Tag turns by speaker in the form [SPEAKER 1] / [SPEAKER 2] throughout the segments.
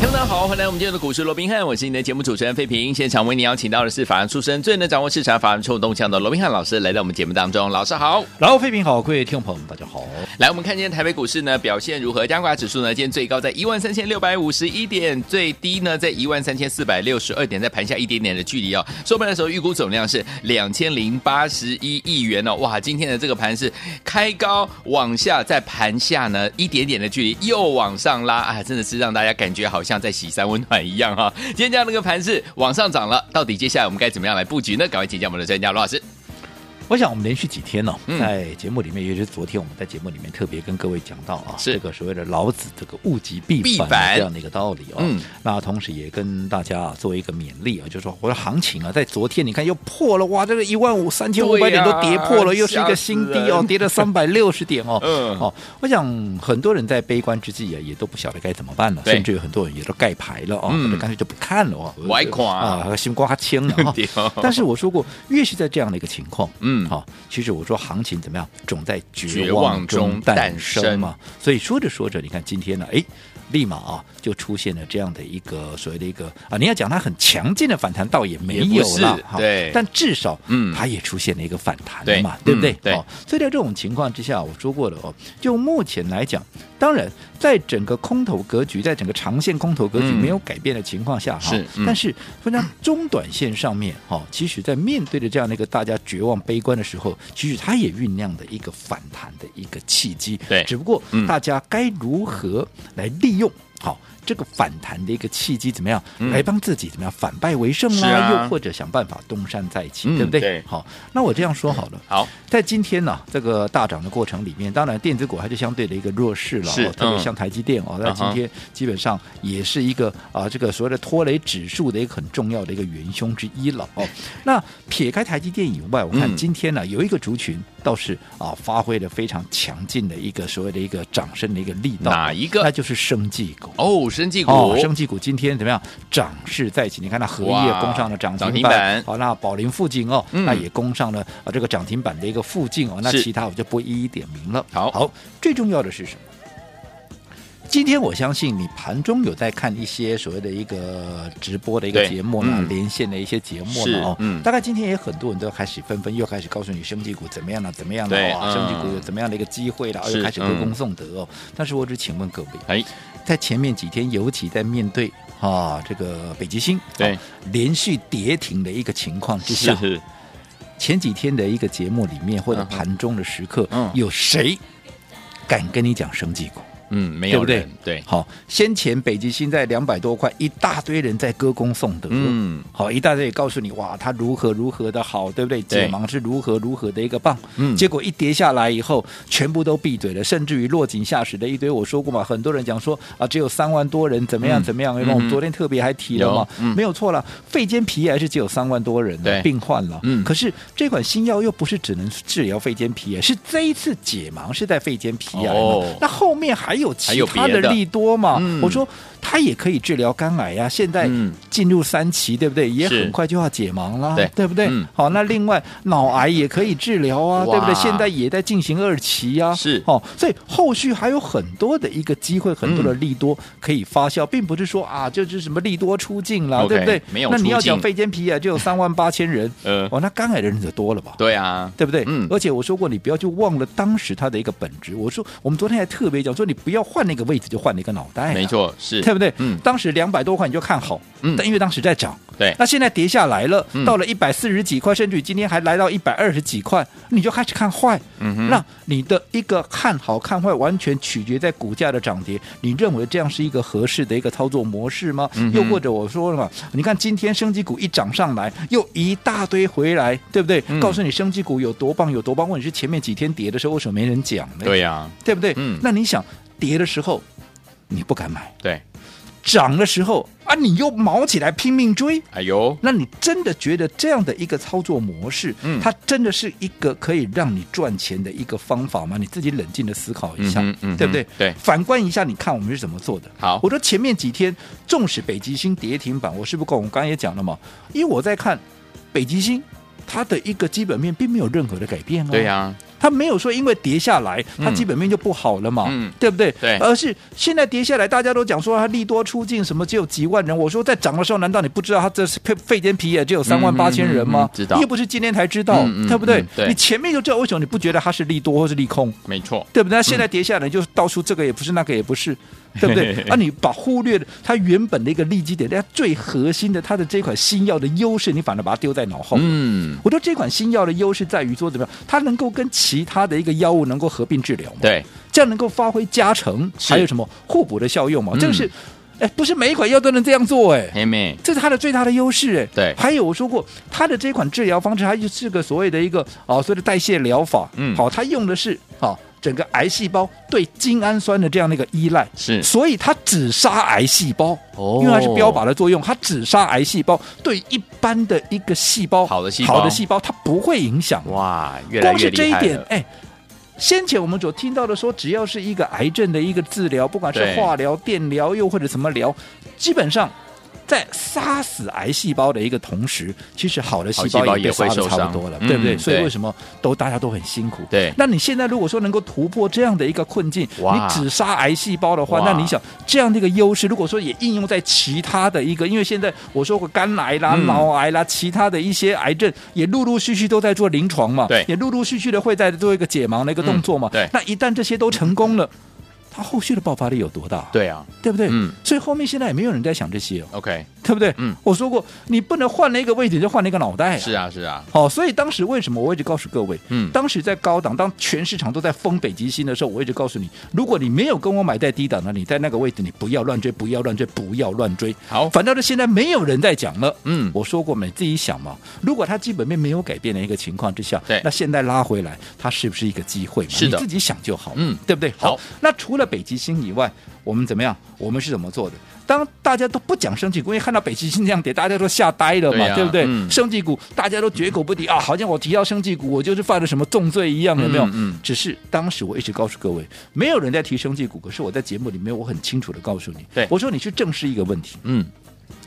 [SPEAKER 1] 听众大家好，欢迎来我们今天的股市罗宾汉，我是你的节目主持人费平。现场为你邀请到的是法案出身、最能掌握市场法案臭动向的罗宾汉老师，来到我们节目当中。老师好，
[SPEAKER 2] 然后，费平好，各位听众朋友们，大家好。
[SPEAKER 1] 来我们看今天台北股市呢表现如何？加挂指数呢，今天最高在一万三千六百五十一点，最低呢在一万三千四百六十二点，在盘下一点点的距离哦。收盘的时候预估总量是两千零八十一亿元哦。哇，今天的这个盘是开高往下，在盘下呢一点点的距离又往上拉啊，真的是让大家感觉好像在洗三温暖一样哈、哦今天这样的一个盘是往上涨了，到底接下来我们该怎么样来布局呢？赶快请教我们的专家罗老师。
[SPEAKER 2] 我想我们连续几天呢、
[SPEAKER 1] 嗯
[SPEAKER 2] 在节目里面，尤其是昨天，我们在节目里面特别跟各位讲到啊，
[SPEAKER 1] 是
[SPEAKER 2] 这个所谓的老子这个物极必
[SPEAKER 1] 必
[SPEAKER 2] 反
[SPEAKER 1] 反
[SPEAKER 2] 的这样的一个道理哦。
[SPEAKER 1] 嗯
[SPEAKER 2] 那同时也跟大家啊做一个勉励啊，就是说我的行情啊，在昨天你看又破了哇，这个一万五三千五
[SPEAKER 1] 对
[SPEAKER 2] 百点
[SPEAKER 1] 呀
[SPEAKER 2] 都跌破了，又是一个新低
[SPEAKER 1] 吓死
[SPEAKER 2] 哦
[SPEAKER 1] 人，
[SPEAKER 2] 跌了三百六十点哦。
[SPEAKER 1] 嗯
[SPEAKER 2] 哦，我想很多人在悲观之际啊，也都不晓得该怎么办了，
[SPEAKER 1] 对
[SPEAKER 2] 甚至有很多人也都盖牌了哦，
[SPEAKER 1] 嗯
[SPEAKER 2] 或者干脆就不看了哦，
[SPEAKER 1] 歪看
[SPEAKER 2] 啊，心瓜青了
[SPEAKER 1] 对
[SPEAKER 2] 哦
[SPEAKER 1] 哦。
[SPEAKER 2] 但是我说过，越是在这样的一个情况，
[SPEAKER 1] 嗯
[SPEAKER 2] 好、其实我说行情怎么样，总在
[SPEAKER 1] 绝
[SPEAKER 2] 绝
[SPEAKER 1] 望
[SPEAKER 2] 望中
[SPEAKER 1] 中诞
[SPEAKER 2] 诞
[SPEAKER 1] 生
[SPEAKER 2] 生嘛。所以说着说着，你看今天呢，哎，立马啊就出现了这样的一个所谓的一个啊，你要讲它很强劲的反弹，倒也没
[SPEAKER 1] 也
[SPEAKER 2] 有
[SPEAKER 1] 不是
[SPEAKER 2] 了，哈
[SPEAKER 1] 对
[SPEAKER 2] 但至少
[SPEAKER 1] 嗯
[SPEAKER 2] 它也出现了一个反弹
[SPEAKER 1] 对
[SPEAKER 2] 了嘛，对不对
[SPEAKER 1] 嗯？对
[SPEAKER 2] 哦所以在这种情况之下，我说过了哦，就目前来讲，当然在整个空头格局，在整个长线空头格局
[SPEAKER 1] 嗯
[SPEAKER 2] 没有改变的情况下，哈
[SPEAKER 1] 是嗯
[SPEAKER 2] 但是分常中短线上面哈、其实在面对着这样的一个大家绝望悲观的时候，其实它也酝酿的一个反弹的一个契机，
[SPEAKER 1] 对
[SPEAKER 2] 只不过
[SPEAKER 1] 嗯
[SPEAKER 2] 大家该如何来利用好、这个反弹的一个契机怎么样，
[SPEAKER 1] 嗯
[SPEAKER 2] 来帮自己怎么样反败为胜
[SPEAKER 1] 是
[SPEAKER 2] 啦，
[SPEAKER 1] 啊
[SPEAKER 2] 又或者想办法东山再起，
[SPEAKER 1] 嗯
[SPEAKER 2] 对不对？
[SPEAKER 1] 对
[SPEAKER 2] 好，那我这样说好了。
[SPEAKER 1] 好，
[SPEAKER 2] 在今天呢、这个大涨的过程里面，当然电子股它就相对的一个弱势了，
[SPEAKER 1] 是
[SPEAKER 2] 哦、特
[SPEAKER 1] 嗯
[SPEAKER 2] 别像台积电哦，那
[SPEAKER 1] 嗯
[SPEAKER 2] 今
[SPEAKER 1] 哼
[SPEAKER 2] 天基本上也是一个啊、这个所谓的拖累指数的一个很重要的一个元凶之一了 哦。那撇开台积电以外，我看
[SPEAKER 1] 嗯
[SPEAKER 2] 今天呢、有一个族群倒是啊发挥了非常强劲的一个所谓的一个掌声的一个力道，
[SPEAKER 1] 哪一个
[SPEAKER 2] 那就是生技股。
[SPEAKER 1] 哦，生技股，
[SPEAKER 2] 哦，生技股今天怎么样？涨势再起，你看那荷叶
[SPEAKER 1] 哇
[SPEAKER 2] 攻上了涨
[SPEAKER 1] 涨停
[SPEAKER 2] 停
[SPEAKER 1] 板
[SPEAKER 2] 板，好、那宝林附近哦，
[SPEAKER 1] 嗯
[SPEAKER 2] 那也攻上了啊这个涨停板的一个附近哦，那
[SPEAKER 1] 是
[SPEAKER 2] 其他我就不一一点名了。
[SPEAKER 1] 好
[SPEAKER 2] 好，最重要的是什么？今天我相信你盘中有在看一些所谓的一个直播的一个
[SPEAKER 1] 对
[SPEAKER 2] 节目啦，
[SPEAKER 1] 嗯
[SPEAKER 2] 连线的一些节目
[SPEAKER 1] 是
[SPEAKER 2] 了哦。
[SPEAKER 1] 嗯
[SPEAKER 2] 大概今天也很多人都开始纷纷又开始告诉你生技股怎么样了，怎么样了
[SPEAKER 1] 对
[SPEAKER 2] 哇、
[SPEAKER 1] 嗯
[SPEAKER 2] 生技股有怎么样的一个机会了，
[SPEAKER 1] 是
[SPEAKER 2] 又开始歌
[SPEAKER 1] 嗯
[SPEAKER 2] 功颂德哦。但是我只请问各位，
[SPEAKER 1] 哎，
[SPEAKER 2] 在前面几天，尤其在面对啊这个北极星
[SPEAKER 1] 对
[SPEAKER 2] 啊连续跌停的一个情况之
[SPEAKER 1] 是
[SPEAKER 2] 下，前几天的一个节目里面或者
[SPEAKER 1] 嗯哼
[SPEAKER 2] 盘中的时刻，
[SPEAKER 1] 嗯
[SPEAKER 2] 有谁敢跟你讲生技股？
[SPEAKER 1] 嗯，没
[SPEAKER 2] 对
[SPEAKER 1] 有
[SPEAKER 2] 不对
[SPEAKER 1] 人，对，
[SPEAKER 2] 好，先前北极星在两百多块，一大堆人在歌功颂德，
[SPEAKER 1] 嗯，
[SPEAKER 2] 好，一大堆也告诉你哇，它如何如何的好，对不对？
[SPEAKER 1] 对
[SPEAKER 2] 解盲是如何如何的一个棒，
[SPEAKER 1] 嗯
[SPEAKER 2] 结果一跌下来以后，全部都闭嘴了，甚至于落井下石的一堆。我说过嘛，很多人讲说啊，只有三万多人怎么样
[SPEAKER 1] 嗯
[SPEAKER 2] 怎么样，因为我
[SPEAKER 1] 嗯
[SPEAKER 2] 们昨天特别还提了嘛，
[SPEAKER 1] 有嗯
[SPEAKER 2] 没有错了，肺间皮癌是只有三万多人
[SPEAKER 1] 对
[SPEAKER 2] 的病患了，
[SPEAKER 1] 嗯
[SPEAKER 2] 可是这款新药又不是只能治疗肺间皮癌，是这一次解盲是在肺间皮癌嘛，
[SPEAKER 1] 哦
[SPEAKER 2] 那后面还有
[SPEAKER 1] 还
[SPEAKER 2] 其
[SPEAKER 1] 有
[SPEAKER 2] 他
[SPEAKER 1] 别
[SPEAKER 2] 的
[SPEAKER 1] 的
[SPEAKER 2] 利多嘛？
[SPEAKER 1] 嗯
[SPEAKER 2] 我说它也可以治疗肝癌呀、现在
[SPEAKER 1] 嗯
[SPEAKER 2] 进入三期，对不对？也
[SPEAKER 1] 是
[SPEAKER 2] 很快就要解盲啦，
[SPEAKER 1] 对
[SPEAKER 2] 不对、
[SPEAKER 1] 嗯
[SPEAKER 2] 好，那另外脑癌也可以治疗啊，
[SPEAKER 1] 哇
[SPEAKER 2] 对不对？现在也在进行二期呀、
[SPEAKER 1] 是
[SPEAKER 2] 哦，所以后续还有很多的一个机会，
[SPEAKER 1] 嗯
[SPEAKER 2] 很多的利多可以发酵，并不是说啊，这就是什么利多出尽啦
[SPEAKER 1] OK，
[SPEAKER 2] 对不对？
[SPEAKER 1] 没有
[SPEAKER 2] 那你要
[SPEAKER 1] 出尽
[SPEAKER 2] 讲肺间皮啊癌、就有三万八千人，
[SPEAKER 1] 呃，
[SPEAKER 2] 哦，那肝癌的人就多了吧？
[SPEAKER 1] 对啊，
[SPEAKER 2] 对不对？
[SPEAKER 1] 嗯
[SPEAKER 2] 而且我说过，你不要去忘了当时它的一个本质。我说，我们昨天还特别讲说，你不要换那个位置，就换了一个脑袋、啊
[SPEAKER 1] 没。错，是，
[SPEAKER 2] 对不对？
[SPEAKER 1] 嗯
[SPEAKER 2] 当时两百多块你就看好，
[SPEAKER 1] 嗯
[SPEAKER 2] 但因为当时在涨，
[SPEAKER 1] 对
[SPEAKER 2] 那现在跌下来了，
[SPEAKER 1] 嗯
[SPEAKER 2] 到了一百四十几块，甚至于今天还来到一百二十几块，你就开始看坏。
[SPEAKER 1] 嗯哼
[SPEAKER 2] 那你的一个看好看坏，完全取决在股价的涨跌。你认为这样是一个合适的一个操作模式吗？
[SPEAKER 1] 嗯哼
[SPEAKER 2] 又或者我说了嘛，你看今天升级股一涨上来，又一大堆回来，对不对？
[SPEAKER 1] 嗯
[SPEAKER 2] 告诉你升级股有多棒有多棒，问题是前面几天跌的时候为什么没人讲呢？
[SPEAKER 1] 对呀，啊
[SPEAKER 2] 对不对？
[SPEAKER 1] 嗯
[SPEAKER 2] 那你想跌的时候，你不敢买。
[SPEAKER 1] 对，
[SPEAKER 2] 涨的时候啊，你又毛起来拼命追，
[SPEAKER 1] 哎呦，
[SPEAKER 2] 那你真的觉得这样的一个操作模式，
[SPEAKER 1] 嗯
[SPEAKER 2] 它真的是一个可以让你赚钱的一个方法吗？你自己冷静的思考一下，
[SPEAKER 1] 嗯哼嗯哼
[SPEAKER 2] 对不对？
[SPEAKER 1] 对
[SPEAKER 2] 反观一下，你看我们是怎么做的。
[SPEAKER 1] 好
[SPEAKER 2] 我说前面几天，纵使北极星跌停板，我是不是跟我们刚刚也讲了嘛？因为我在看北极星。它的一个基本面并没有任何的改变哦，
[SPEAKER 1] 对啊呀、
[SPEAKER 2] 它没有说因为跌下来，它
[SPEAKER 1] 嗯
[SPEAKER 2] 基本面就不好了嘛，
[SPEAKER 1] 嗯
[SPEAKER 2] 对不对？
[SPEAKER 1] 对
[SPEAKER 2] 而是现在跌下来，大家都讲说它利多出尽，什么只有几万人。我说在涨的时候，难道你不知道它这是肺肺间皮也只有三万八千人
[SPEAKER 1] 嗯嗯
[SPEAKER 2] 吗
[SPEAKER 1] 嗯？知道
[SPEAKER 2] 你又不是今天才知道，
[SPEAKER 1] 嗯嗯
[SPEAKER 2] 对不对？
[SPEAKER 1] 嗯对
[SPEAKER 2] 你前面就知道，为什么你不觉得它是利多或是利空？
[SPEAKER 1] 没错，？
[SPEAKER 2] 对不对？那现在跌下来就到处这个也不是，那个也不是，对不对 啊，你把忽略了它原本的一个利基点，它最核心的它的这款新药的优势，你反而把它丢在脑后。
[SPEAKER 1] 嗯，
[SPEAKER 2] 我说这款新药的优势在于说怎么样，它能够跟其他的一个药物能够合并治疗嘛，
[SPEAKER 1] 对，
[SPEAKER 2] 这样能够发挥加成，
[SPEAKER 1] 是
[SPEAKER 2] 还有什么互补的效用嘛？
[SPEAKER 1] 嗯
[SPEAKER 2] 这个是，哎，不是每一款药都能这样做，哎。
[SPEAKER 1] 黑妹，
[SPEAKER 2] 这是它的最大的优势，哎，
[SPEAKER 1] 对
[SPEAKER 2] 还有我说过，它的这款治疗方式，它就是个所谓的一个啊，所谓的代谢疗法，
[SPEAKER 1] 嗯
[SPEAKER 2] 好，它用的是啊，整个癌细胞对精氨酸的这样的一个依赖，
[SPEAKER 1] 是
[SPEAKER 2] 所以它只杀癌细胞，
[SPEAKER 1] 哦
[SPEAKER 2] 因为它是标靶的作用，它只杀癌细胞，对一般的一个细胞，
[SPEAKER 1] 好的细胞
[SPEAKER 2] 好的细胞，它不会影响。
[SPEAKER 1] 哇，越来
[SPEAKER 2] 光
[SPEAKER 1] 越
[SPEAKER 2] 是这
[SPEAKER 1] 厉
[SPEAKER 2] 一
[SPEAKER 1] 害
[SPEAKER 2] 点
[SPEAKER 1] 了，，
[SPEAKER 2] 哎。先前我们所听到的说，只要是一个癌症的一个治疗，不管是
[SPEAKER 1] 对
[SPEAKER 2] 化疗、电疗，又或者什么疗，基本上在杀死癌细胞的一个同时，其实好的细
[SPEAKER 1] 好细胞
[SPEAKER 2] 胞也
[SPEAKER 1] 也
[SPEAKER 2] 被
[SPEAKER 1] 会
[SPEAKER 2] 杀
[SPEAKER 1] 受
[SPEAKER 2] 的差
[SPEAKER 1] 伤
[SPEAKER 2] 不多了，
[SPEAKER 1] 嗯
[SPEAKER 2] 对不对？所以
[SPEAKER 1] 对
[SPEAKER 2] 为什么都大家都很辛苦？
[SPEAKER 1] 对
[SPEAKER 2] 那你现在如果说能够突破这样的一个困境，
[SPEAKER 1] 哇
[SPEAKER 2] 你只杀癌细胞的话，
[SPEAKER 1] 哇
[SPEAKER 2] 那你想这样的一个优势，如果说也应用在其他的一个，因为现在我说过肝癌啦、
[SPEAKER 1] 嗯
[SPEAKER 2] 脑癌啦，其他的一些癌症也陆陆续续都在做临床嘛，
[SPEAKER 1] 对
[SPEAKER 2] 也陆陆续续的会在做一个解盲的一个动作嘛，
[SPEAKER 1] 嗯对
[SPEAKER 2] 那一旦这些都成功了，它后续的爆发力有多大？
[SPEAKER 1] 对啊
[SPEAKER 2] 对不对？
[SPEAKER 1] 嗯
[SPEAKER 2] 所以后面现在也没有人在想这些、哦，
[SPEAKER 1] ，OK，
[SPEAKER 2] 对不对？
[SPEAKER 1] 嗯
[SPEAKER 2] 我说过，你不能换了一个位置就换了一个脑袋、
[SPEAKER 1] 是啊，是啊，
[SPEAKER 2] 好、所以当时为什么我一直告诉各位，
[SPEAKER 1] 嗯
[SPEAKER 2] 当时在高档，当全市场都在封北极星的时候，我一直告诉你，如果你没有跟我买在低档的，你在那个位置，你不要乱追，不要乱追，不要乱追。
[SPEAKER 1] 好
[SPEAKER 2] 反倒是现在没有人在讲了。
[SPEAKER 1] 嗯
[SPEAKER 2] 我说过嘛，你自己想嘛，如果它基本面没有改变的一个情况之下，
[SPEAKER 1] 对
[SPEAKER 2] 那现在拉回来，它是不是一个机会嘛？
[SPEAKER 1] 是的
[SPEAKER 2] 你自己想就好，
[SPEAKER 1] 嗯
[SPEAKER 2] 对不对？
[SPEAKER 1] 好
[SPEAKER 2] 那除了北极星以外，我们怎么样？我们是怎么做的？当大家都不讲升级股，因为看到北极星这样跌，大家都吓呆了嘛，
[SPEAKER 1] 对呀
[SPEAKER 2] 不对？
[SPEAKER 1] 嗯
[SPEAKER 2] 生技股大家都绝口不提啊，好像我提到生技股，我就是犯了什么重罪一样，有没有？
[SPEAKER 1] 嗯嗯
[SPEAKER 2] 只是当时我一直告诉各位，没有人在提生技股，可是我在节目里面我很清楚的告诉你，
[SPEAKER 1] 对
[SPEAKER 2] 我说你去正视一个问题，
[SPEAKER 1] 嗯，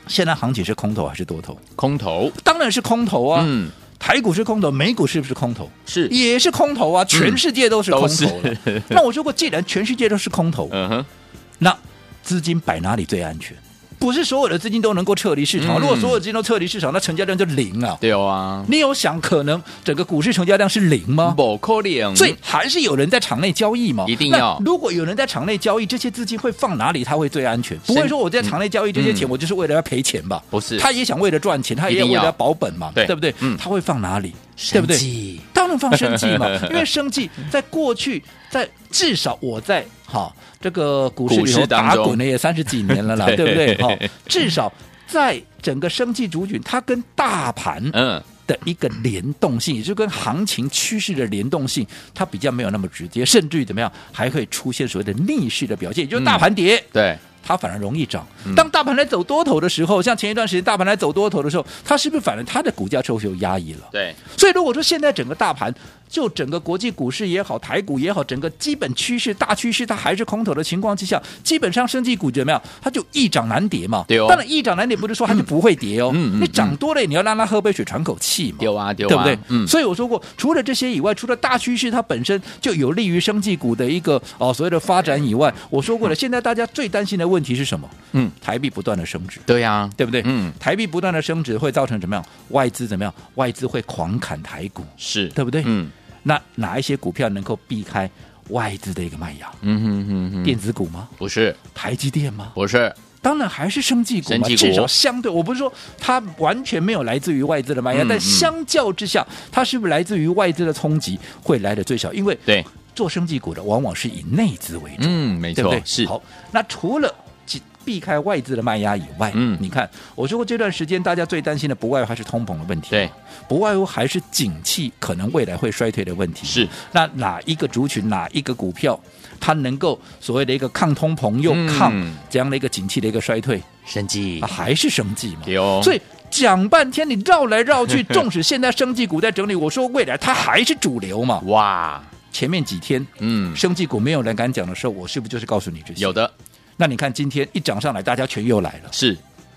[SPEAKER 2] 现在行情是空头还是多头？
[SPEAKER 1] 空头，
[SPEAKER 2] 当然是空头啊，
[SPEAKER 1] 嗯，
[SPEAKER 2] 台股是空头，美股是不是空头？
[SPEAKER 1] 是，
[SPEAKER 2] 也是空头啊，全世界都是空头了。 那我说过，既然全世界都是空头，
[SPEAKER 1] 嗯哼，
[SPEAKER 2] 那资金摆哪里最安全？不是所有的资金都能够撤离市场，
[SPEAKER 1] 嗯
[SPEAKER 2] 如果所有资金都撤离市场，那成交量就零啊。
[SPEAKER 1] 对啊，
[SPEAKER 2] 你有想可能整个股市成交量是零吗？
[SPEAKER 1] 不可能，
[SPEAKER 2] 哦所以还是有人在场内交易嘛？
[SPEAKER 1] 嗯一定要
[SPEAKER 2] 那如果有人在场内交易，这些资金会放哪里？它会最安全？不会说我在场内交易这些钱，我就是为了要赔钱吧？
[SPEAKER 1] 嗯不是
[SPEAKER 2] 他也想为了赚钱，他
[SPEAKER 1] 一
[SPEAKER 2] 也
[SPEAKER 1] 定
[SPEAKER 2] 为
[SPEAKER 1] 要
[SPEAKER 2] 了要保本嘛？
[SPEAKER 1] 对
[SPEAKER 2] 不对
[SPEAKER 1] 嗯？
[SPEAKER 2] 他会放哪里？对不对？当然放生计 嘛，因为生计在过去，在至少我在哈这个股市
[SPEAKER 1] 股
[SPEAKER 2] 里
[SPEAKER 1] 市
[SPEAKER 2] 头
[SPEAKER 1] 当
[SPEAKER 2] 打
[SPEAKER 1] 中
[SPEAKER 2] 滚了也三十几年了 啦，
[SPEAKER 1] 对
[SPEAKER 2] 对不对？哈，至少在整个生计族群，它跟大盘
[SPEAKER 1] 嗯，
[SPEAKER 2] 的一个联动性，也就跟行情趋势的联动性，它比较没有那么直接，甚至于怎么样，还会出现所谓的逆势的表现，也就是大盘跌。
[SPEAKER 1] 对，
[SPEAKER 2] 它反而容易涨。当大盘来走多头的时候，像前一段时间大盘来走多头的时候，它是不是反而它的股价受受压抑了？
[SPEAKER 1] 对，
[SPEAKER 2] 所以如果说现在整个大盘，就整个国际股市也好，台股也好，整个基本趋势、大趋势它还是空头的情况之下，基本上升技股怎么样？它就一涨难跌嘛。
[SPEAKER 1] 对哦
[SPEAKER 2] 当然一涨难跌不是说它就不会跌哦，
[SPEAKER 1] 嗯嗯嗯
[SPEAKER 2] 你涨多了你要让它喝杯水喘口气嘛。
[SPEAKER 1] 丢啊丢啊，
[SPEAKER 2] 对不对？
[SPEAKER 1] 嗯，
[SPEAKER 2] 所以我说过，除了这些以外，除了大趋势它本身就有利于生技股的一个哦所谓的发展以外，我说过了，现在大家最担心的问题是什么？
[SPEAKER 1] 嗯，
[SPEAKER 2] 台币不断的升值。
[SPEAKER 1] 对呀，
[SPEAKER 2] 对不对？
[SPEAKER 1] 嗯，
[SPEAKER 2] 台币不断的升值会造成怎么样？外资怎么样？外资会狂砍台股，
[SPEAKER 1] 是，
[SPEAKER 2] 对不对？
[SPEAKER 1] 嗯
[SPEAKER 2] 那哪一些股票能够避开外资的一个卖压？
[SPEAKER 1] 嗯哼哼哼，
[SPEAKER 2] 电子股吗？
[SPEAKER 1] 不是
[SPEAKER 2] 台积电吗？
[SPEAKER 1] 不是，
[SPEAKER 2] 当然还是生技股
[SPEAKER 1] 生
[SPEAKER 2] 嘛，
[SPEAKER 1] 技股
[SPEAKER 2] 至少相对，我不是说它完全没有来自于外资的卖压，
[SPEAKER 1] 嗯
[SPEAKER 2] 但
[SPEAKER 1] 嗯
[SPEAKER 2] 相较之下，它是不是来自于外资的冲击会来的最少？因为
[SPEAKER 1] 对，
[SPEAKER 2] 做生技股的往往是以内资为主，
[SPEAKER 1] 嗯，没
[SPEAKER 2] 对不
[SPEAKER 1] 错
[SPEAKER 2] 对？，
[SPEAKER 1] 是，
[SPEAKER 2] 好，那除了。避开外资的卖压以外，
[SPEAKER 1] 嗯
[SPEAKER 2] 你看我说过这段时间大家最担心的不外乎还是通膨的问题，
[SPEAKER 1] 对，
[SPEAKER 2] 不外乎还是景气可能未来会衰退的问题，
[SPEAKER 1] 是
[SPEAKER 2] 那哪一个族群哪一个股票，它能够所谓的一个抗通膨又抗
[SPEAKER 1] 嗯
[SPEAKER 2] 这样的一个景气的一个衰退，
[SPEAKER 1] 生计
[SPEAKER 2] 啊、还是生计嘛？
[SPEAKER 1] 对哦
[SPEAKER 2] 所以讲半天，你绕来 绕去，纵使现在生技股在整理，我说未来它还是主流嘛。
[SPEAKER 1] 哇，
[SPEAKER 2] 前面几天，
[SPEAKER 1] 嗯，
[SPEAKER 2] 生技股没有人敢讲的时候，我是不是就是告诉你这些？
[SPEAKER 1] 有。的
[SPEAKER 2] 那你看今天一涨上来，大家全又来了
[SPEAKER 1] 是，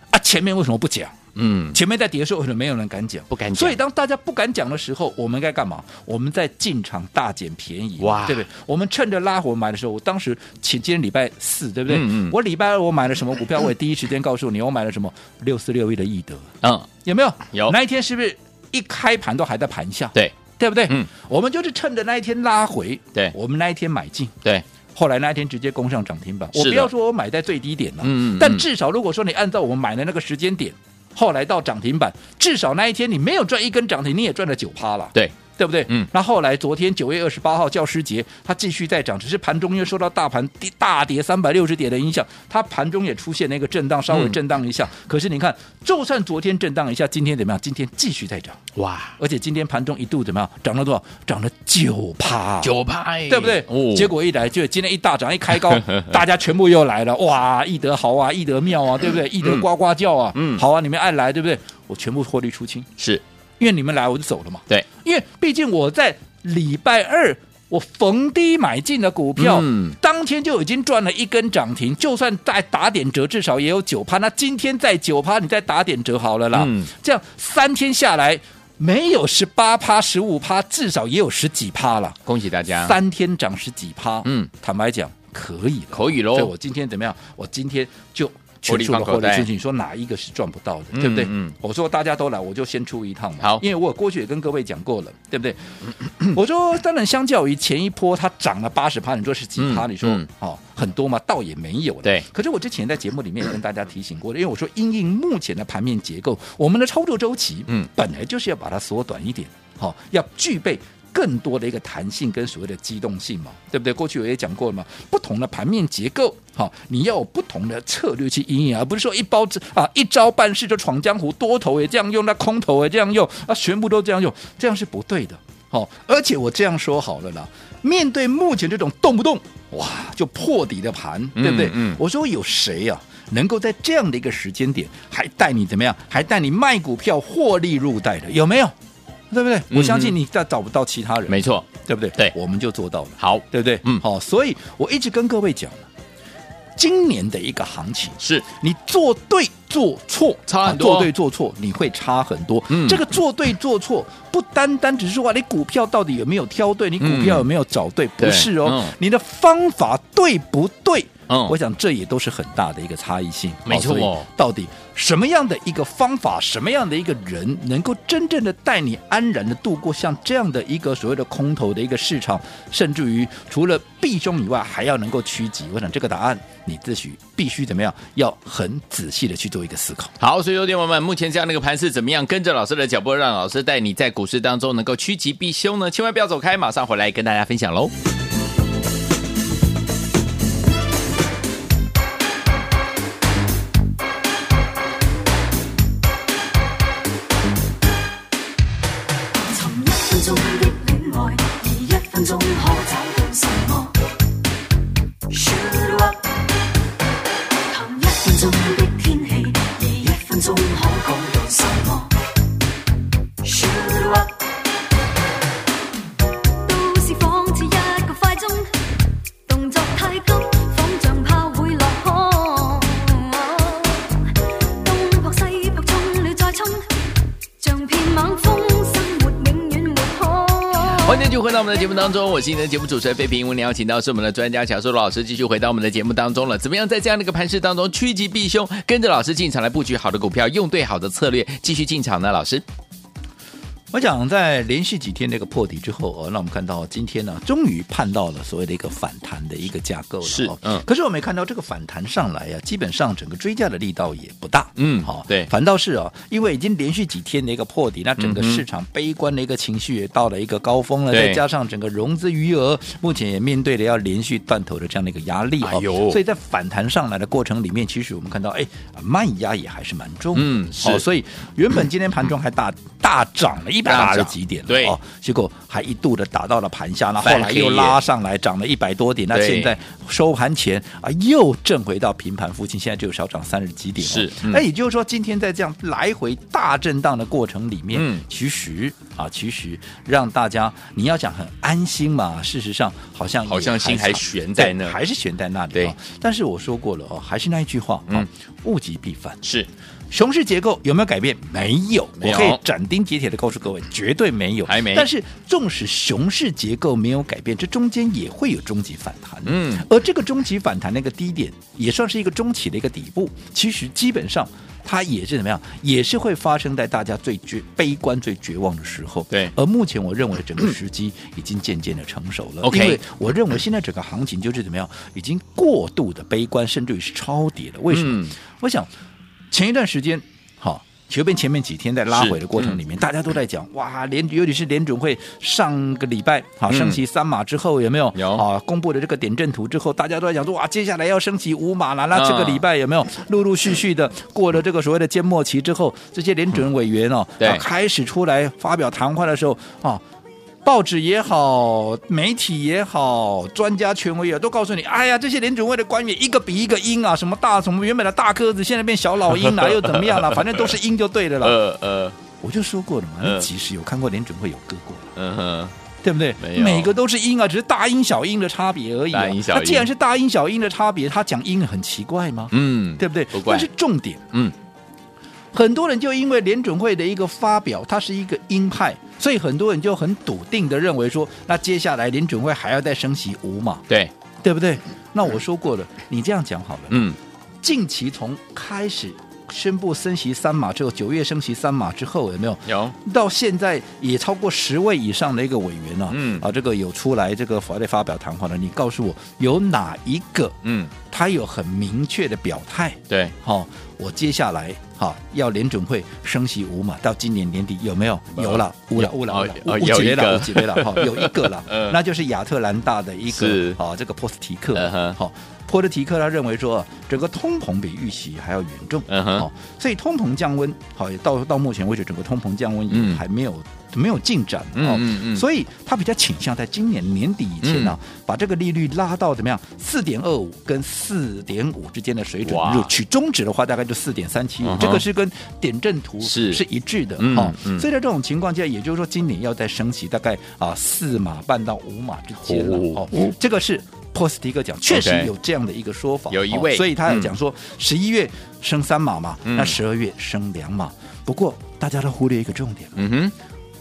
[SPEAKER 2] 啊！前面为什么不讲？
[SPEAKER 1] 嗯，
[SPEAKER 2] 前面在跌的时候，为什么没有人敢讲？
[SPEAKER 1] 不敢讲
[SPEAKER 2] 所以当大家不敢讲的时候，我们该干嘛？我们在进场大减便宜，
[SPEAKER 1] 哇
[SPEAKER 2] 对不对？我们趁着拉回买的时候，我当时前今天礼拜四，对不对？
[SPEAKER 1] 嗯嗯
[SPEAKER 2] 我礼拜二我买了什么股票？我也第一时间告诉你，我买了什么六四六一的易德，
[SPEAKER 1] 嗯，
[SPEAKER 2] 有没有？
[SPEAKER 1] 有
[SPEAKER 2] 那一天是不是一开盘都还在盘下？
[SPEAKER 1] 对
[SPEAKER 2] 对不对？
[SPEAKER 1] 嗯，
[SPEAKER 2] 我们就是趁着那一天拉回，
[SPEAKER 1] 对
[SPEAKER 2] 我们那一天买进。
[SPEAKER 1] 对，
[SPEAKER 2] 后来那一天直接攻上涨停板，
[SPEAKER 1] 是
[SPEAKER 2] 我
[SPEAKER 1] 的
[SPEAKER 2] 不要说我买在最低点了，
[SPEAKER 1] 嗯嗯嗯
[SPEAKER 2] 但至少如果说你按照我们买的那个时间点，后来到涨停板，至少那一天你没有赚一根涨停，你也赚了九趴了，
[SPEAKER 1] 对，
[SPEAKER 2] 对不对？
[SPEAKER 1] 嗯
[SPEAKER 2] 那后来昨天九月二十八号教师节，它继续在涨，只是盘中因为受到大盘跌大跌三百六十点的影响，它盘中也出现了一个震荡，稍微
[SPEAKER 1] 嗯
[SPEAKER 2] 震荡一下。可是你看，就算昨天震荡一下，今天怎么样？今天继续在涨，
[SPEAKER 1] 哇，
[SPEAKER 2] 而且今天盘中一度怎么样？涨了多少？涨了九趴，
[SPEAKER 1] 九派，
[SPEAKER 2] 对不对？
[SPEAKER 1] 哦，
[SPEAKER 2] 结果一来就今天一大涨，一开 高，大家全部又来了，哇！易德豪啊，易德妙 啊，对不对？易德呱呱叫啊，
[SPEAKER 1] 嗯
[SPEAKER 2] 好啊，你们爱来，对不对？我全部获利出清，
[SPEAKER 1] 是
[SPEAKER 2] 因为你们来我就走了嘛。
[SPEAKER 1] 对，
[SPEAKER 2] 因为毕竟我在礼拜二。我逢低买进的股票，
[SPEAKER 1] 嗯
[SPEAKER 2] 当天就已经赚了一根涨停，就算再打点折，至少也有九趴。那今天再九趴，你再打点折好了啦。
[SPEAKER 1] 嗯
[SPEAKER 2] 这样三天下来，没有十八趴、十五趴，至少也有十几趴了。
[SPEAKER 1] 恭喜大家，
[SPEAKER 2] 三天涨十几趴，
[SPEAKER 1] 嗯，
[SPEAKER 2] 坦白讲可以了，
[SPEAKER 1] 可以喽
[SPEAKER 2] 所以我今天怎么样？我今天就
[SPEAKER 1] 获
[SPEAKER 2] 全
[SPEAKER 1] 利
[SPEAKER 2] 数的
[SPEAKER 1] 放口
[SPEAKER 2] 获利
[SPEAKER 1] 袋
[SPEAKER 2] 出去，你说哪一个是赚不到的，
[SPEAKER 1] 嗯
[SPEAKER 2] 对不对？
[SPEAKER 1] 嗯
[SPEAKER 2] 我说大家都来，我就先出一趟嘛。
[SPEAKER 1] 好嗯
[SPEAKER 2] 因为我过去也跟各位讲过了，对不对？ 我说，当然，相较于前一波它涨了八十趴，你说是几趴？
[SPEAKER 1] 嗯
[SPEAKER 2] 你说、
[SPEAKER 1] 嗯
[SPEAKER 2] 哦，很多嘛，倒也没有了。
[SPEAKER 1] 对
[SPEAKER 2] 可是我之前在节目里面也跟大家提醒过了，因为我说，因应目前的盘面结构，我们的操作周期，
[SPEAKER 1] 嗯，
[SPEAKER 2] 本来就是要把它缩短一点，好、要具备。更多的一个弹性跟所谓的机动性嘛，对不对？过去我也讲过了嘛，不同的盘面结构，好、你要有不同的策略去应应，而不是说一包之啊一招半式就闯江湖，多头也这样用，那空头也这样用，啊全部都这样用，这样是不对的。好、而且我这样说好了啦，面对目前这种动不动哇就破底的盘，
[SPEAKER 1] 嗯
[SPEAKER 2] 对不对？
[SPEAKER 1] 嗯
[SPEAKER 2] 我说有谁啊能够在这样的一个时间点还带你怎么样，还带你卖股票获利入袋的，有没有？对不对？
[SPEAKER 1] 嗯
[SPEAKER 2] 我相信你再找不到其他人，
[SPEAKER 1] 没错，
[SPEAKER 2] 对不对？
[SPEAKER 1] 对
[SPEAKER 2] 我们就做到了，
[SPEAKER 1] 好，
[SPEAKER 2] 对不对？
[SPEAKER 1] 嗯
[SPEAKER 2] 好、所以我一直跟各位讲了，今年的一个行情，
[SPEAKER 1] 是
[SPEAKER 2] 你做对做错
[SPEAKER 1] 差很
[SPEAKER 2] 啊
[SPEAKER 1] 多
[SPEAKER 2] 做对做错你会差很多。
[SPEAKER 1] 嗯
[SPEAKER 2] 这个做对做错不单单只是说啊你股票到底有没有挑对，你股票有没有找对，
[SPEAKER 1] 对
[SPEAKER 2] 不是哦，
[SPEAKER 1] 嗯
[SPEAKER 2] 你的方法对不对？
[SPEAKER 1] 嗯
[SPEAKER 2] 我想这也都是很大的一个差异性。
[SPEAKER 1] 没错哦
[SPEAKER 2] 好所以到底什么样的一个方法，什么样的一个人，能够真正的带你安然的度过像这样的一个所谓的空头的一个市场，甚至于除了避凶以外，还要能够趋吉？我想这个答案你自己必须怎么样，要很仔细的去做一个思考。
[SPEAKER 1] 好，所以有点友们，目前这样的一个盘势怎么样？跟着老师的脚步，让老师带你在股市当中能够趋吉避凶呢？千万不要走开，马上回来跟大家分享喽。
[SPEAKER 3] 寻一分钟的恋愛，而一分鐘可找到什麼？Shoot up，談一分鐘的天氣，而一分鐘可講到什麼？Shoot up，都市仿似一個快鐘，動作太急，仿像怕會落空。東撲西撲，衝了再衝。像片猛風，生活永遠沒空。
[SPEAKER 1] 欢迎继续回到我们的节目当中，我是你的节目主持人费平。我们邀请到是我们的专家乔硕罗老师，继续回到我们的节目当中了。怎么样在这样的一个盘势当中趋吉避凶，跟着老师进场来布局好的股票，用对好的策略，继续进场呢？老师，
[SPEAKER 2] 我想在连续几天那个破底之后，哦，那我们看到今天呢、终于盼到了所谓的一个反弹的一个架构了。
[SPEAKER 1] 是
[SPEAKER 2] 哦
[SPEAKER 1] 嗯
[SPEAKER 2] 可是我们也看到这个反弹上来啊，基本上整个追加的力道也不大。
[SPEAKER 1] 嗯
[SPEAKER 2] 好、
[SPEAKER 1] 对
[SPEAKER 2] 反倒是哦，因为已经连续几天的一个破底，那整个
[SPEAKER 1] 嗯哼
[SPEAKER 2] 市场悲观的一个情绪也到了一个高峰了，
[SPEAKER 1] 对
[SPEAKER 2] 再加上整个融资余额目前也面对了要连续断头的这样的一个压力
[SPEAKER 1] 哎呦
[SPEAKER 2] 所以在反弹上来的过程里面，其实我们看到，哎，卖压也还是蛮重的。
[SPEAKER 1] 嗯是
[SPEAKER 2] 哦，所以原本今天盘中还大大涨了一百
[SPEAKER 1] 大
[SPEAKER 2] 八十
[SPEAKER 1] 涨
[SPEAKER 2] 几点了，
[SPEAKER 1] 对
[SPEAKER 2] 哦，结果还一度的打到了盘下，那后
[SPEAKER 1] 翻
[SPEAKER 2] 来
[SPEAKER 1] 黑夜
[SPEAKER 2] 又拉上来，涨了一百多点。那
[SPEAKER 1] 对
[SPEAKER 2] 现在收盘前啊，又挣回到平盘附近，现在只有少涨三十几点、哦。
[SPEAKER 1] 是嗯
[SPEAKER 2] 那也就是说，今天在这样来回大震荡的过程里面，
[SPEAKER 1] 嗯
[SPEAKER 2] 其实啊，其实让大家你要讲很安心嘛，事实上好像也
[SPEAKER 1] 好像心还
[SPEAKER 2] 差
[SPEAKER 1] 悬在
[SPEAKER 2] 对
[SPEAKER 1] 那儿
[SPEAKER 2] 还是悬在那里、哦。
[SPEAKER 1] 对
[SPEAKER 2] 但是我说过了哦，还是那一句话，
[SPEAKER 1] 嗯
[SPEAKER 2] 嗯，物极必反。
[SPEAKER 1] 是
[SPEAKER 2] 熊市结构有没有改变？没有，
[SPEAKER 1] 没有
[SPEAKER 2] 我可以斩钉截铁的告诉各位，绝对没有。
[SPEAKER 1] 还没
[SPEAKER 2] 但是纵使熊市结构没有改变，这中间也会有终极反弹。
[SPEAKER 1] 嗯，
[SPEAKER 2] 而这个中期反弹那个低点，也算是一个中期的一个底部。其实基本上它也是怎么样，也是会发生在大家最绝悲观、最绝望的时候。
[SPEAKER 1] 对
[SPEAKER 2] 而目前我认为整个时机已经渐渐的成熟了。
[SPEAKER 1] OK
[SPEAKER 2] 因为我认为现在整个行情就是怎么样，已经过度的悲观，甚至于是超跌了。为什么？
[SPEAKER 1] 嗯
[SPEAKER 2] 我想前一段时间，好。随便前面几天在拉
[SPEAKER 1] 是嗯
[SPEAKER 2] 回的过程里面，大家都在讲哇，联尤其是联准会上个礼拜好
[SPEAKER 1] 嗯
[SPEAKER 2] 升息三码之后有没有？
[SPEAKER 1] 有
[SPEAKER 2] 啊，公布了这个点阵图之后，大家都在讲说哇，接下来要升息五码了。那这个
[SPEAKER 1] 啊
[SPEAKER 2] 礼拜有没有陆陆续续的过了这个所谓的缄默期之后，这些联准委员哦，
[SPEAKER 1] 对
[SPEAKER 2] 啊开始出来发表谈话的时候啊。报纸也好，媒体也好，专家权威也好，都告诉你，哎呀，这些联准会的官员一个比一个鹰啊，什么大什么原本的大个子，现在变小老鹰了，又怎么样了？反正都是 鹰就对了啦。
[SPEAKER 1] 呃呃
[SPEAKER 2] 我就说过了嘛，
[SPEAKER 1] 嗯
[SPEAKER 2] 你即使有看过联准会有割过了，
[SPEAKER 1] 嗯哼，
[SPEAKER 2] 对不对
[SPEAKER 1] 没？有
[SPEAKER 2] 每个都是鹰啊，只是大鹰小鹰的差别而已、啊。
[SPEAKER 1] 大鹰小鹰
[SPEAKER 2] 那既然是大鹰小鹰的差别，他讲鹰很奇怪吗？
[SPEAKER 1] 嗯，
[SPEAKER 2] 对不对？
[SPEAKER 1] 不怪
[SPEAKER 2] 但是重点，
[SPEAKER 1] 嗯，
[SPEAKER 2] 很多人就因为联准会的一个发表，它是一个鹰派，所以很多人就很笃定的认为说，那接下来联准会还要再升息五码，
[SPEAKER 1] 对，
[SPEAKER 2] 对不对？那我说过了，你这样讲好了，
[SPEAKER 1] 嗯
[SPEAKER 2] 近期从开始宣布升息三码之后，九月升息三码之后，有没有？
[SPEAKER 1] 有
[SPEAKER 2] 到现在也超过十位以上的一个委员了、啊，
[SPEAKER 1] 嗯
[SPEAKER 2] 啊，这个有出来这个法律发表谈话的，你告诉我有哪一个
[SPEAKER 1] 嗯
[SPEAKER 2] 他有很明确的表态？
[SPEAKER 1] 对，
[SPEAKER 2] 好、我接下来哈、好要联准会升息五嘛，到今年年底有没有？
[SPEAKER 1] 有
[SPEAKER 2] 有了，
[SPEAKER 1] 有
[SPEAKER 2] 五了，五了，
[SPEAKER 1] 哦
[SPEAKER 2] 五了
[SPEAKER 1] 哦
[SPEAKER 2] 五，五
[SPEAKER 1] 有一
[SPEAKER 2] 几位
[SPEAKER 1] 个
[SPEAKER 2] 了，五几位 了，哈，有一个了
[SPEAKER 1] 嗯，
[SPEAKER 2] 那就是亚特兰大的一
[SPEAKER 1] 是
[SPEAKER 2] 个啊，这个波斯提克
[SPEAKER 1] 嗯哼，
[SPEAKER 2] 好，波斯提克他认为说整个通膨比预期还要严重，
[SPEAKER 1] 嗯哼
[SPEAKER 2] 好，所以通膨降温，好，也到到目前为止整个通膨降温
[SPEAKER 1] 嗯
[SPEAKER 2] 也还没有没有进展，
[SPEAKER 1] 嗯
[SPEAKER 2] 哦
[SPEAKER 1] 嗯嗯
[SPEAKER 2] 所以他比较倾向在今年年底以前呢，把这个利率拉到怎么样？四点二五跟四点五之间的水准
[SPEAKER 1] 哇，
[SPEAKER 2] 如果取中指的话，大概就四点三七
[SPEAKER 1] 嗯
[SPEAKER 2] 五
[SPEAKER 1] 哼，
[SPEAKER 2] 这个是跟点阵图
[SPEAKER 1] 是
[SPEAKER 2] 是一致的
[SPEAKER 1] 嗯
[SPEAKER 2] 哦
[SPEAKER 1] 嗯
[SPEAKER 2] 所以在这种情况下，也就是说今年要再升息大概啊四码半到五码之间了
[SPEAKER 1] 哦
[SPEAKER 2] 哦，这个是。波斯提克讲，确实
[SPEAKER 1] OK
[SPEAKER 2] 有这样的一个说法，
[SPEAKER 1] 有一
[SPEAKER 2] 哦
[SPEAKER 1] 位
[SPEAKER 2] 所以他
[SPEAKER 1] 嗯
[SPEAKER 2] 也讲说，十一月升三码嘛，
[SPEAKER 1] 嗯
[SPEAKER 2] 那十二月升两码。不过大家都忽略一个重点，
[SPEAKER 1] 嗯哼，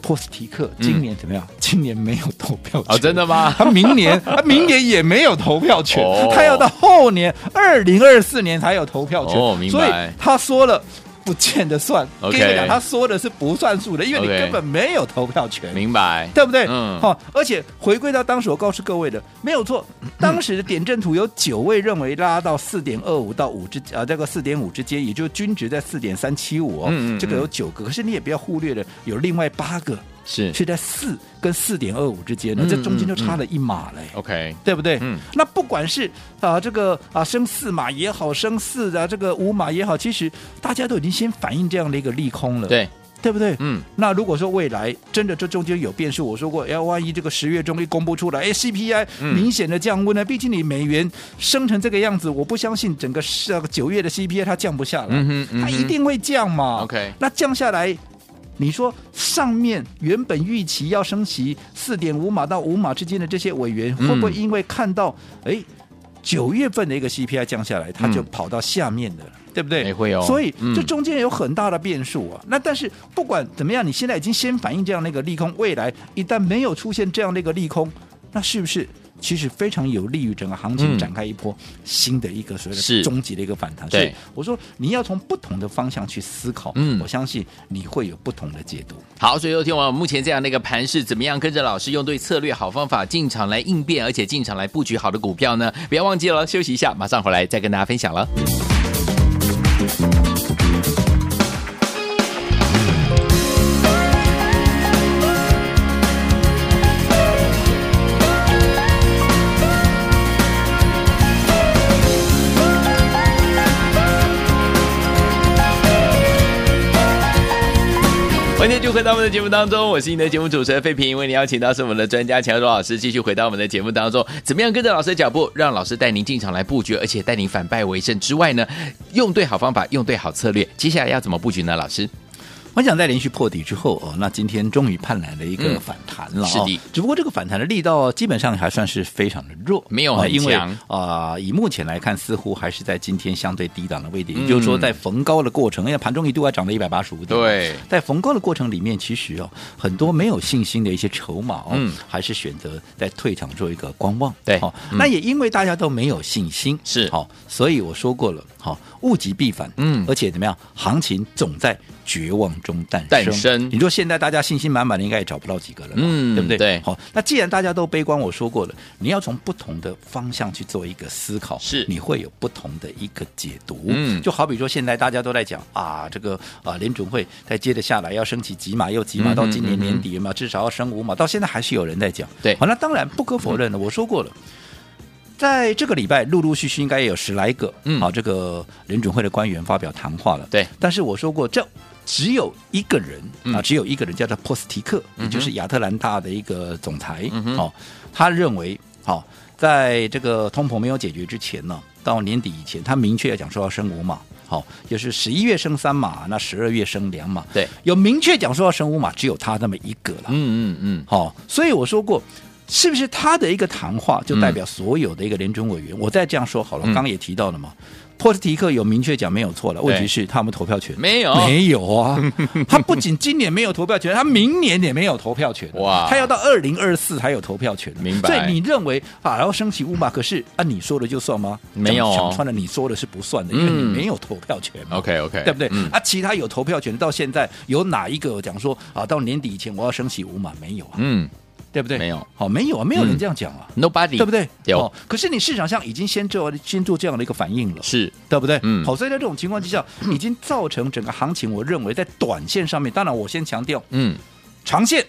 [SPEAKER 2] 波斯提克今年怎么样？今年没有投票权
[SPEAKER 1] 嗯哦，真的吗？
[SPEAKER 2] 他明年， 他明年也没有投票权，
[SPEAKER 1] 哦
[SPEAKER 2] 他要到后年二零二四年才有投票权。
[SPEAKER 1] 哦明白
[SPEAKER 2] 所以他说了。不见得算
[SPEAKER 1] OK
[SPEAKER 2] 跟你讲，他说的是不算数的，因为你
[SPEAKER 1] OK
[SPEAKER 2] 根本没有投票权
[SPEAKER 1] 明白，
[SPEAKER 2] 对不对？
[SPEAKER 1] 嗯
[SPEAKER 2] 好、而且回归到当时我告诉各位的，没 有错，当时的点阵图有九位认为拉到四点二五到五之啊，这个四点五之间，也就是均值在四点三七五哦，
[SPEAKER 1] 嗯嗯嗯
[SPEAKER 2] 这个有九个，可是你也不要忽略了，有另外八个
[SPEAKER 1] 是
[SPEAKER 2] 是在四跟四点二五之间的，
[SPEAKER 1] 嗯
[SPEAKER 2] 这中间就差了一码嘞。
[SPEAKER 1] OK，
[SPEAKER 2] 对不对？
[SPEAKER 1] 嗯
[SPEAKER 2] 那不管是啊、这个啊升四码也好，升四的、这个五码也好，其实大家都已经先反映这样的一个利空了，
[SPEAKER 1] 对，
[SPEAKER 2] 对不对？
[SPEAKER 1] 嗯，
[SPEAKER 2] 那如果说未来真的这中间有变数，我说过，哎，万一这个十月中一公布出来，哎，CPI
[SPEAKER 1] 嗯
[SPEAKER 2] 明显的降温了，毕竟你美元升成这个样子，我不相信整个是啊九月的 CPI 它降不下来，
[SPEAKER 1] 嗯哼嗯哼
[SPEAKER 2] 它一定会降嘛。
[SPEAKER 1] OK
[SPEAKER 2] 那降下来。你说上面原本预期要升息四点五码到五码之间的这些委员，
[SPEAKER 1] 嗯
[SPEAKER 2] 会不会因为看到哎九月份的一个 CPI 降下来，他就
[SPEAKER 1] 嗯
[SPEAKER 2] 跑到下面的了，对不对？
[SPEAKER 1] 哎会哦
[SPEAKER 2] 所以
[SPEAKER 1] 嗯
[SPEAKER 2] 这中间有很大的变数啊。那但是不管怎么样，你现在已经先反映这样的一个利空，未来一旦没有出现这样的一个利空，那是不是其实非常有利于整个行
[SPEAKER 1] 嗯
[SPEAKER 2] 情展开一波新的一个所谓
[SPEAKER 1] 是
[SPEAKER 2] 的终极的一个反弹。
[SPEAKER 1] 对
[SPEAKER 2] 所以我说你要从不同的方向去思考，
[SPEAKER 1] 嗯
[SPEAKER 2] 我相信你会有不同的解读。
[SPEAKER 1] 好，所以有听完目前这样的一个盘势，怎么样跟着老师用对策略、好方法进场来应变，而且进场来布局好的股票呢？不要忘记了，休息一下，马上回来再跟大家分享了。欢迎继续回到我们的节目当中，我是你的节目主持人费平，为您邀请到是我们的专家强罗老师，继续回到我们的节目当中，怎么样跟着老师的脚步，让老师带您进场来布局，而且带您反败为胜之外呢，用对好方法，用对好策略，接下来要怎么布局呢？老师，
[SPEAKER 2] 我想在连续破底之后哦，那今天终于盼来了一个
[SPEAKER 1] 嗯
[SPEAKER 2] 反弹了、哦
[SPEAKER 1] 是的
[SPEAKER 2] 只不过这个反弹的力道基本上还算是非常的弱，
[SPEAKER 1] 没有很
[SPEAKER 2] 啊因为
[SPEAKER 1] 强
[SPEAKER 2] 啊、以目前来看，似乎还是在今天相对低档的位置，
[SPEAKER 1] 嗯
[SPEAKER 2] 也就是说在逢高的过程，因为盘中一度还涨了一百八十五点，
[SPEAKER 1] 对
[SPEAKER 2] 在逢高的过程里面，其实哦，很多没有信心的一些筹码哦，
[SPEAKER 1] 嗯
[SPEAKER 2] 还是选择在退场做一个观望，
[SPEAKER 1] 对
[SPEAKER 2] 好、
[SPEAKER 1] 嗯
[SPEAKER 2] 那也因为大家都没有信心，
[SPEAKER 1] 是
[SPEAKER 2] 好、所以我说过了，好、物极必反，
[SPEAKER 1] 嗯
[SPEAKER 2] 而且怎么样，行情总在绝望中诞生。
[SPEAKER 1] 诞生
[SPEAKER 2] 你说现在大家信心满满的，应该也找不到几个人了，
[SPEAKER 1] 嗯
[SPEAKER 2] 对不对？
[SPEAKER 1] 对
[SPEAKER 2] 好，那既然大家都悲观，我说过了，你要从不同的方向去做一个思考，
[SPEAKER 1] 是
[SPEAKER 2] 你会有不同的一个解读。
[SPEAKER 1] 嗯
[SPEAKER 2] 就好比说现在大家都在讲啊，这个啊联准会再接着下来要升起几码又几
[SPEAKER 1] 嗯
[SPEAKER 2] 码，
[SPEAKER 1] 哼
[SPEAKER 2] 到今年
[SPEAKER 1] 嗯哼
[SPEAKER 2] 年底有没有至少要升五码？到现在还是有人在讲。
[SPEAKER 1] 对
[SPEAKER 2] 好，那当然不可否认的，我说过了。在这个礼拜，陆陆续续应该也有十来个，
[SPEAKER 1] 嗯
[SPEAKER 2] 好，这个联准会的官员发表谈话了。
[SPEAKER 1] 对
[SPEAKER 2] 但是我说过，这只有一个人、
[SPEAKER 1] 嗯
[SPEAKER 2] 啊，只有一个人叫做波斯提克，
[SPEAKER 1] 嗯哼
[SPEAKER 2] 也就是亚特兰大的一个总裁，
[SPEAKER 1] 嗯哼
[SPEAKER 2] 哦，他认为，好、在这个通膨没有解决之前呢，到年底以前，他明确讲说要升五码，好、就是十一月升三码，那十二月升两码，
[SPEAKER 1] 对，
[SPEAKER 2] 有明确讲说要升五码，只有他那么一个了，
[SPEAKER 1] 嗯嗯嗯，
[SPEAKER 2] 好、所以我说过，是不是他的一个谈话就代表所有的一个联准委员？我再这样说好了，
[SPEAKER 1] 嗯
[SPEAKER 2] 刚刚也提到了嘛，波斯提克有明确讲没有错了，问题是他们投票权
[SPEAKER 1] 没有
[SPEAKER 2] 没有 啊，他不仅今年没有投票权，他明年也没有投票权，
[SPEAKER 1] 哇
[SPEAKER 2] 他要到二零二四才有投票权，
[SPEAKER 1] 明白
[SPEAKER 2] 所以你认为啊，然后升起乌马，可是按你说的就算吗？
[SPEAKER 1] 没有哦
[SPEAKER 2] 讲讲穿了你说的是不算的，因为你
[SPEAKER 1] 嗯
[SPEAKER 2] 没有投票权嘛。
[SPEAKER 1] OK，OK，
[SPEAKER 2] 对不对？
[SPEAKER 1] 嗯
[SPEAKER 2] 啊，其他有投票权到现在有哪一个有讲说啊，到年底以前我要升起五码没有啊？
[SPEAKER 1] 嗯
[SPEAKER 2] 对不对？
[SPEAKER 1] 没有
[SPEAKER 2] 好、没有啊，没有人
[SPEAKER 1] 嗯
[SPEAKER 2] 这样讲啊，
[SPEAKER 1] ，Nobody，
[SPEAKER 2] 对不对？
[SPEAKER 1] 有、
[SPEAKER 2] 哦，可是你市场上已经先做先做这样的一个反应了，
[SPEAKER 1] 是，
[SPEAKER 2] 对不对？
[SPEAKER 1] 嗯
[SPEAKER 2] 好，所以在这种情况之下，已经造成整个行情，我认为在短线上面，当然我先强调，
[SPEAKER 1] 嗯，
[SPEAKER 2] 长线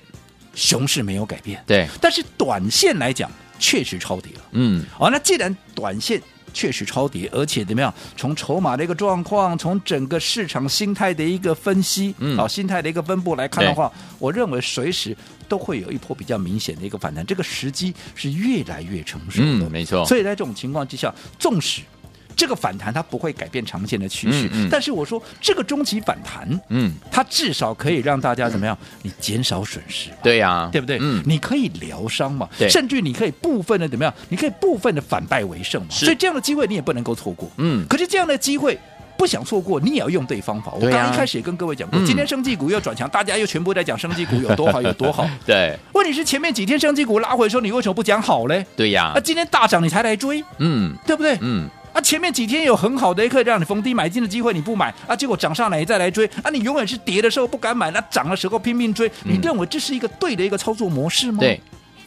[SPEAKER 2] 熊市没有改变，
[SPEAKER 1] 对，
[SPEAKER 2] 但是短线来讲确实超跌了。
[SPEAKER 1] 嗯
[SPEAKER 2] 哦，那既然短线确实超跌，而且怎么样？从筹码的一个状况，从整个市场心态的一个分析，
[SPEAKER 1] 嗯
[SPEAKER 2] 啊、心态的一个分布来看的话，我认为随时都会有一波比较明显的一个反弹，这个时机是越来越成熟的。
[SPEAKER 1] 嗯，没错，
[SPEAKER 2] 所以在这种情况之下，纵使这个反弹它不会改变长线的趋势，
[SPEAKER 1] 嗯嗯
[SPEAKER 2] 但是我说这个中期反弹，
[SPEAKER 1] 嗯，
[SPEAKER 2] 它至少可以让大家怎么样？你减少损失吧。
[SPEAKER 1] 对呀、
[SPEAKER 2] 对不对？
[SPEAKER 1] 嗯，
[SPEAKER 2] 你可以疗伤嘛，
[SPEAKER 1] 对
[SPEAKER 2] 甚至你可以部分的怎么样？你可以部分的反败为胜嘛。
[SPEAKER 1] 是
[SPEAKER 2] 所以这样的机会你也不能够错过。
[SPEAKER 1] 嗯
[SPEAKER 2] 可是这样的机会。不想错过，你也要用对方法。我
[SPEAKER 1] 对
[SPEAKER 2] 刚
[SPEAKER 1] 啊
[SPEAKER 2] 刚一开始也跟各位讲过，
[SPEAKER 1] 嗯
[SPEAKER 2] 今天生技股又转强，大家又全部在讲生技股有多好有多好。
[SPEAKER 1] 对，
[SPEAKER 2] 问题是前面几天生技股拉回的时候，你为什么不讲好嘞？
[SPEAKER 1] 对呀、
[SPEAKER 2] 啊，今天大涨你才来追，
[SPEAKER 1] 嗯
[SPEAKER 2] 对不对？
[SPEAKER 1] 嗯，
[SPEAKER 2] 啊，前面几天有很好的一个让你逢低买进的机会，你不买啊，结果涨上来你再来追啊，你永远是跌的时候不敢买，那涨的时候拼命追，你
[SPEAKER 1] 嗯
[SPEAKER 2] 认为这是一个对的一个操作模式吗？
[SPEAKER 1] 对，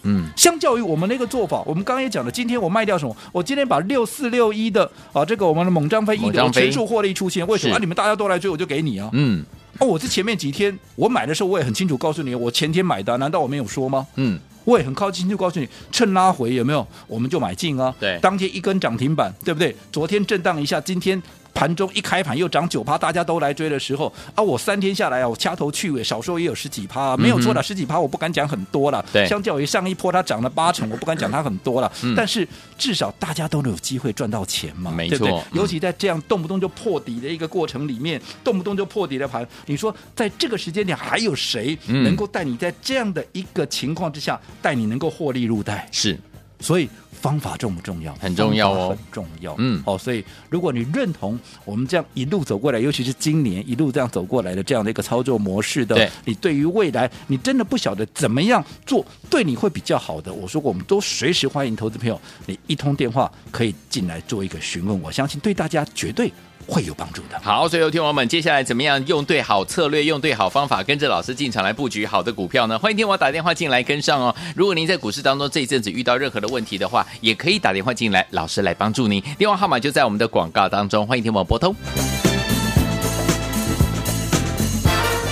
[SPEAKER 1] 嗯，
[SPEAKER 2] 相较于我们那个做法，我们刚刚也讲了，今天我卖掉什么？我今天把六四六一的啊，这个我们的猛张飞一
[SPEAKER 1] 猛
[SPEAKER 2] 流
[SPEAKER 1] 张飞
[SPEAKER 2] 全数获利出现，为什么？
[SPEAKER 1] 是
[SPEAKER 2] 啊，你们大家都来追，我就给你啊。
[SPEAKER 1] 嗯
[SPEAKER 2] 哦，我这前面几天我买的时候，我也很清楚告诉你，我前天买的啊，难道我没有说吗？
[SPEAKER 1] 嗯，
[SPEAKER 2] 我也很靠近，就告诉你，趁拉回有没有，我们就买进啊。
[SPEAKER 1] 对
[SPEAKER 2] 当天一根涨停板，对不对？昨天震荡一下，今天盘中一开盘又涨九趴，大家都来追的时候啊，我三天下来啊，我掐头去尾，少说也有十几趴、啊，没有错了，十几趴我不敢讲很多了。
[SPEAKER 1] 嗯对嗯
[SPEAKER 2] 相较于上一波它涨了八成，我不敢讲它很多了，但是至少大家都有机会赚到钱嘛，
[SPEAKER 1] 没
[SPEAKER 2] 对不对
[SPEAKER 1] 错嗯
[SPEAKER 2] 尤其在这样动不动就破底的一个过程里面，动不动就破底的盘，你说在这个时间点还有谁
[SPEAKER 1] 嗯
[SPEAKER 2] 能够带你在这样的一个情况之下，带你能够获利入袋？
[SPEAKER 1] 是，
[SPEAKER 2] 所以方法重不重要？
[SPEAKER 1] 很重要哦
[SPEAKER 2] 方法很重要。
[SPEAKER 1] 嗯
[SPEAKER 2] 哦，所以如果你认同我们这样一路走过来，尤其是今年一路这样走过来的这样的一个操作模式的，
[SPEAKER 1] 对
[SPEAKER 2] 你对于未来你真的不晓得怎么样做对你会比较好的，我说过，我们都随时欢迎投资朋友，你一通电话可以进来做一个询问，我相信对大家绝对会有帮助的。
[SPEAKER 1] 好，所以有听友们，接下来怎么样用对好策略，用对好方法，跟着老师进场来布局好的股票呢？欢迎听我打电话进来跟上哦。如果您在股市当中这一阵子遇到任何的问题的话，也可以打电话进来，老师来帮助您。电话号码就在我们的广告当中，欢迎听我拨通。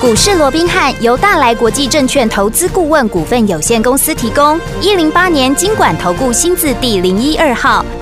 [SPEAKER 4] 股市罗宾汉由大来国际证券投资顾问股份有限公司提供，一零八年经管投顾新字第零一二号。